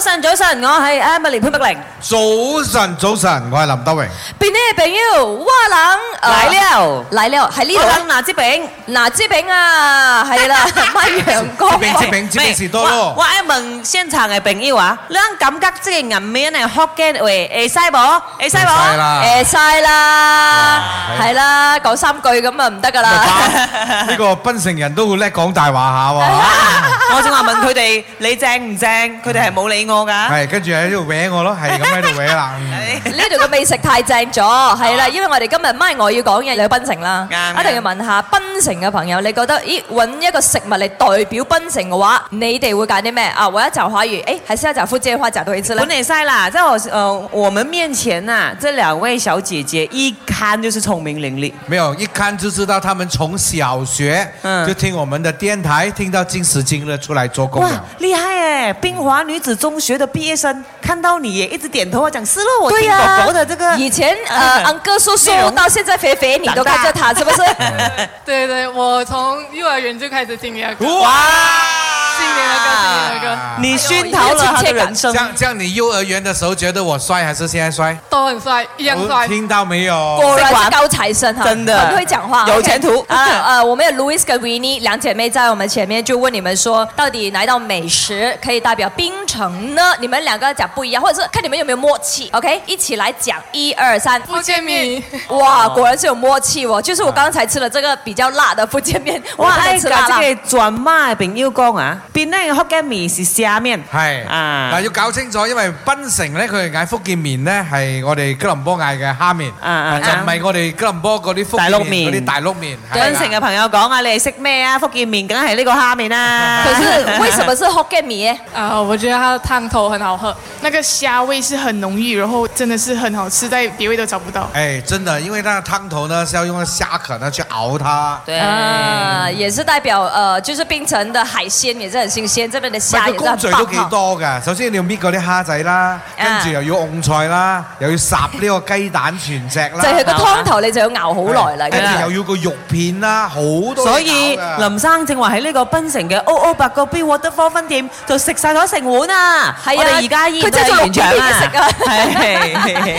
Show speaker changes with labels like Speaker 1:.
Speaker 1: 晨，早晨，我係 Emily 潘碧玲。
Speaker 2: 早晨，早晨，我係林德 榮。
Speaker 1: 邊啲朋友？哇冷
Speaker 3: 來
Speaker 1: 了，
Speaker 3: 嚟呢度喺呢
Speaker 1: 我冷
Speaker 3: 度
Speaker 1: 拿支餅。
Speaker 3: 嗱支餅啊，係啦，乜陽
Speaker 2: 接
Speaker 3: 光
Speaker 2: 餅 接餅接餅士多
Speaker 1: 我
Speaker 2: 咯。
Speaker 1: 我問現場嘅朋友啊，你感覺即個顏面係學嘅喂，會使冇？會使
Speaker 2: 唔使
Speaker 1: 冇？
Speaker 2: 啦，
Speaker 3: 誒晒啦，
Speaker 2: 係
Speaker 3: 係啦，講三句咁啊唔得㗎啦，
Speaker 2: 呢個檳城人都好叻講大話下喎。
Speaker 1: 啊 我仲話問佢哋你正唔正，佢哋係冇理我㗎。
Speaker 2: 係，跟住喺度搲 我咯，係咁喺度搲啦。嗯
Speaker 3: 呢度嘅美食太正咗，係啦，因為我哋今日咪我要講嘢你去檳城啦，
Speaker 1: 哦啱啱
Speaker 3: 一定要問下檳城嘅朋友，你覺得咦揾一個食物嚟代表檳城嘅話，你哋會揀啲咩啊？我一找華語，誒，還是要找福建話找多一次咧
Speaker 1: 本。嚟塞啦，在我呃我們面前啊，這兩位小姐姐一看就是聰明伶俐。
Speaker 2: 沒有，一看就知道他們從小學
Speaker 1: 嗯
Speaker 2: 就聽我們的電台，聽到今時今日出來做工
Speaker 1: 哇
Speaker 2: 了。，
Speaker 1: 厲害哎！冰華女子中學的畢業生，看到你也一直點頭啊，講是咯，我
Speaker 3: 对
Speaker 1: 聽
Speaker 3: 呀
Speaker 1: 狗狗的啊這個。
Speaker 3: 啊以前 呃，安哥说
Speaker 1: 內
Speaker 3: 瘦
Speaker 1: 容
Speaker 3: 到現在肥肥，你都看着他，是 不是？
Speaker 4: 对对，我从幼儿园就开始听你的歌，
Speaker 2: 哇！
Speaker 4: 听你的歌，听你的歌，
Speaker 1: 你熏陶了他的人
Speaker 2: 這
Speaker 1: 生。
Speaker 2: 樣這樣，你幼兒園的時候覺得我帥還是現在帥？
Speaker 4: 都很帅，一样
Speaker 2: 我
Speaker 4: 帅。
Speaker 2: 聽到沒有？
Speaker 3: 果然是高材生哈，
Speaker 1: 哦真的
Speaker 3: 很会讲话，
Speaker 1: 有前途
Speaker 3: OK 啊！ 呃，我们有 Louis 跟 Winnie 两姐妹在我们前面，就问你们说，到底哪一道美食可以代表槟城呢？你们两个讲不一样，或者是看你们有没有默契，OK？一起来讲，一二三。
Speaker 4: 福建米，
Speaker 1: 嗯
Speaker 3: 哇，果然是有默契哦！就是我刚才吃了这个比较辣的福建面，
Speaker 1: 嗯我
Speaker 3: 不能
Speaker 1: 愛
Speaker 3: 吃
Speaker 1: 搞
Speaker 3: 辣辣。
Speaker 1: 這個轉媽的朋友講啊，邊呢個嘅面是下面，
Speaker 2: 係
Speaker 1: 啊
Speaker 2: 嗱，要搞清楚，因為檳城咧，佢哋嗌福建麵咧係我哋吉隆坡嗌嘅蝦麵，
Speaker 1: 啊啊
Speaker 2: 就唔係我哋吉隆坡嗰啲福建
Speaker 1: 大陸
Speaker 2: 麵
Speaker 1: 麵
Speaker 2: 嗰啲大陸麵。係啦
Speaker 1: 檳城嘅朋友講啊，你係識咩啊？福建面梗係呢個蝦啊 面 啦。
Speaker 3: 可是为什么是 Hokkien 米？
Speaker 4: 啊，我觉得它的汤头很好喝，那个虾味是很浓郁，然后真的是很好吃，在别位都找不到。
Speaker 2: 哎，真的，因為那個湯頭呢是要用蝦殼呢去熬 它，
Speaker 1: 對嗯
Speaker 3: 啊，也是代表呃，就是槟城的海鮮也是很新鮮，這邊的蝦
Speaker 2: 咪
Speaker 3: 也
Speaker 2: 個
Speaker 3: 是很
Speaker 2: 工序
Speaker 3: 棒
Speaker 2: 都 幾
Speaker 3: 哈
Speaker 2: 多
Speaker 1: 啊
Speaker 2: 㗎。首先你要搣嗰啲蝦仔啦，跟住又要㧬菜啦，又要烚呢個雞蛋全隻 啦，
Speaker 3: 就係個湯頭你就要熬好耐
Speaker 1: 哎
Speaker 3: 啦。
Speaker 2: 跟
Speaker 3: 咁
Speaker 2: 住
Speaker 3: 樣
Speaker 2: 又要個肉片啦，好多嘢
Speaker 1: 所以
Speaker 2: 搞㗎
Speaker 1: 林生正話喺呢個檳城嘅 O O 白個 B Waterfall 分店就食晒咗成碗啊！
Speaker 3: 係啊
Speaker 1: 我哋而家依然都
Speaker 3: 佢真係
Speaker 1: 係
Speaker 3: 做
Speaker 1: 現場
Speaker 3: 六片嘢食啊
Speaker 1: 係。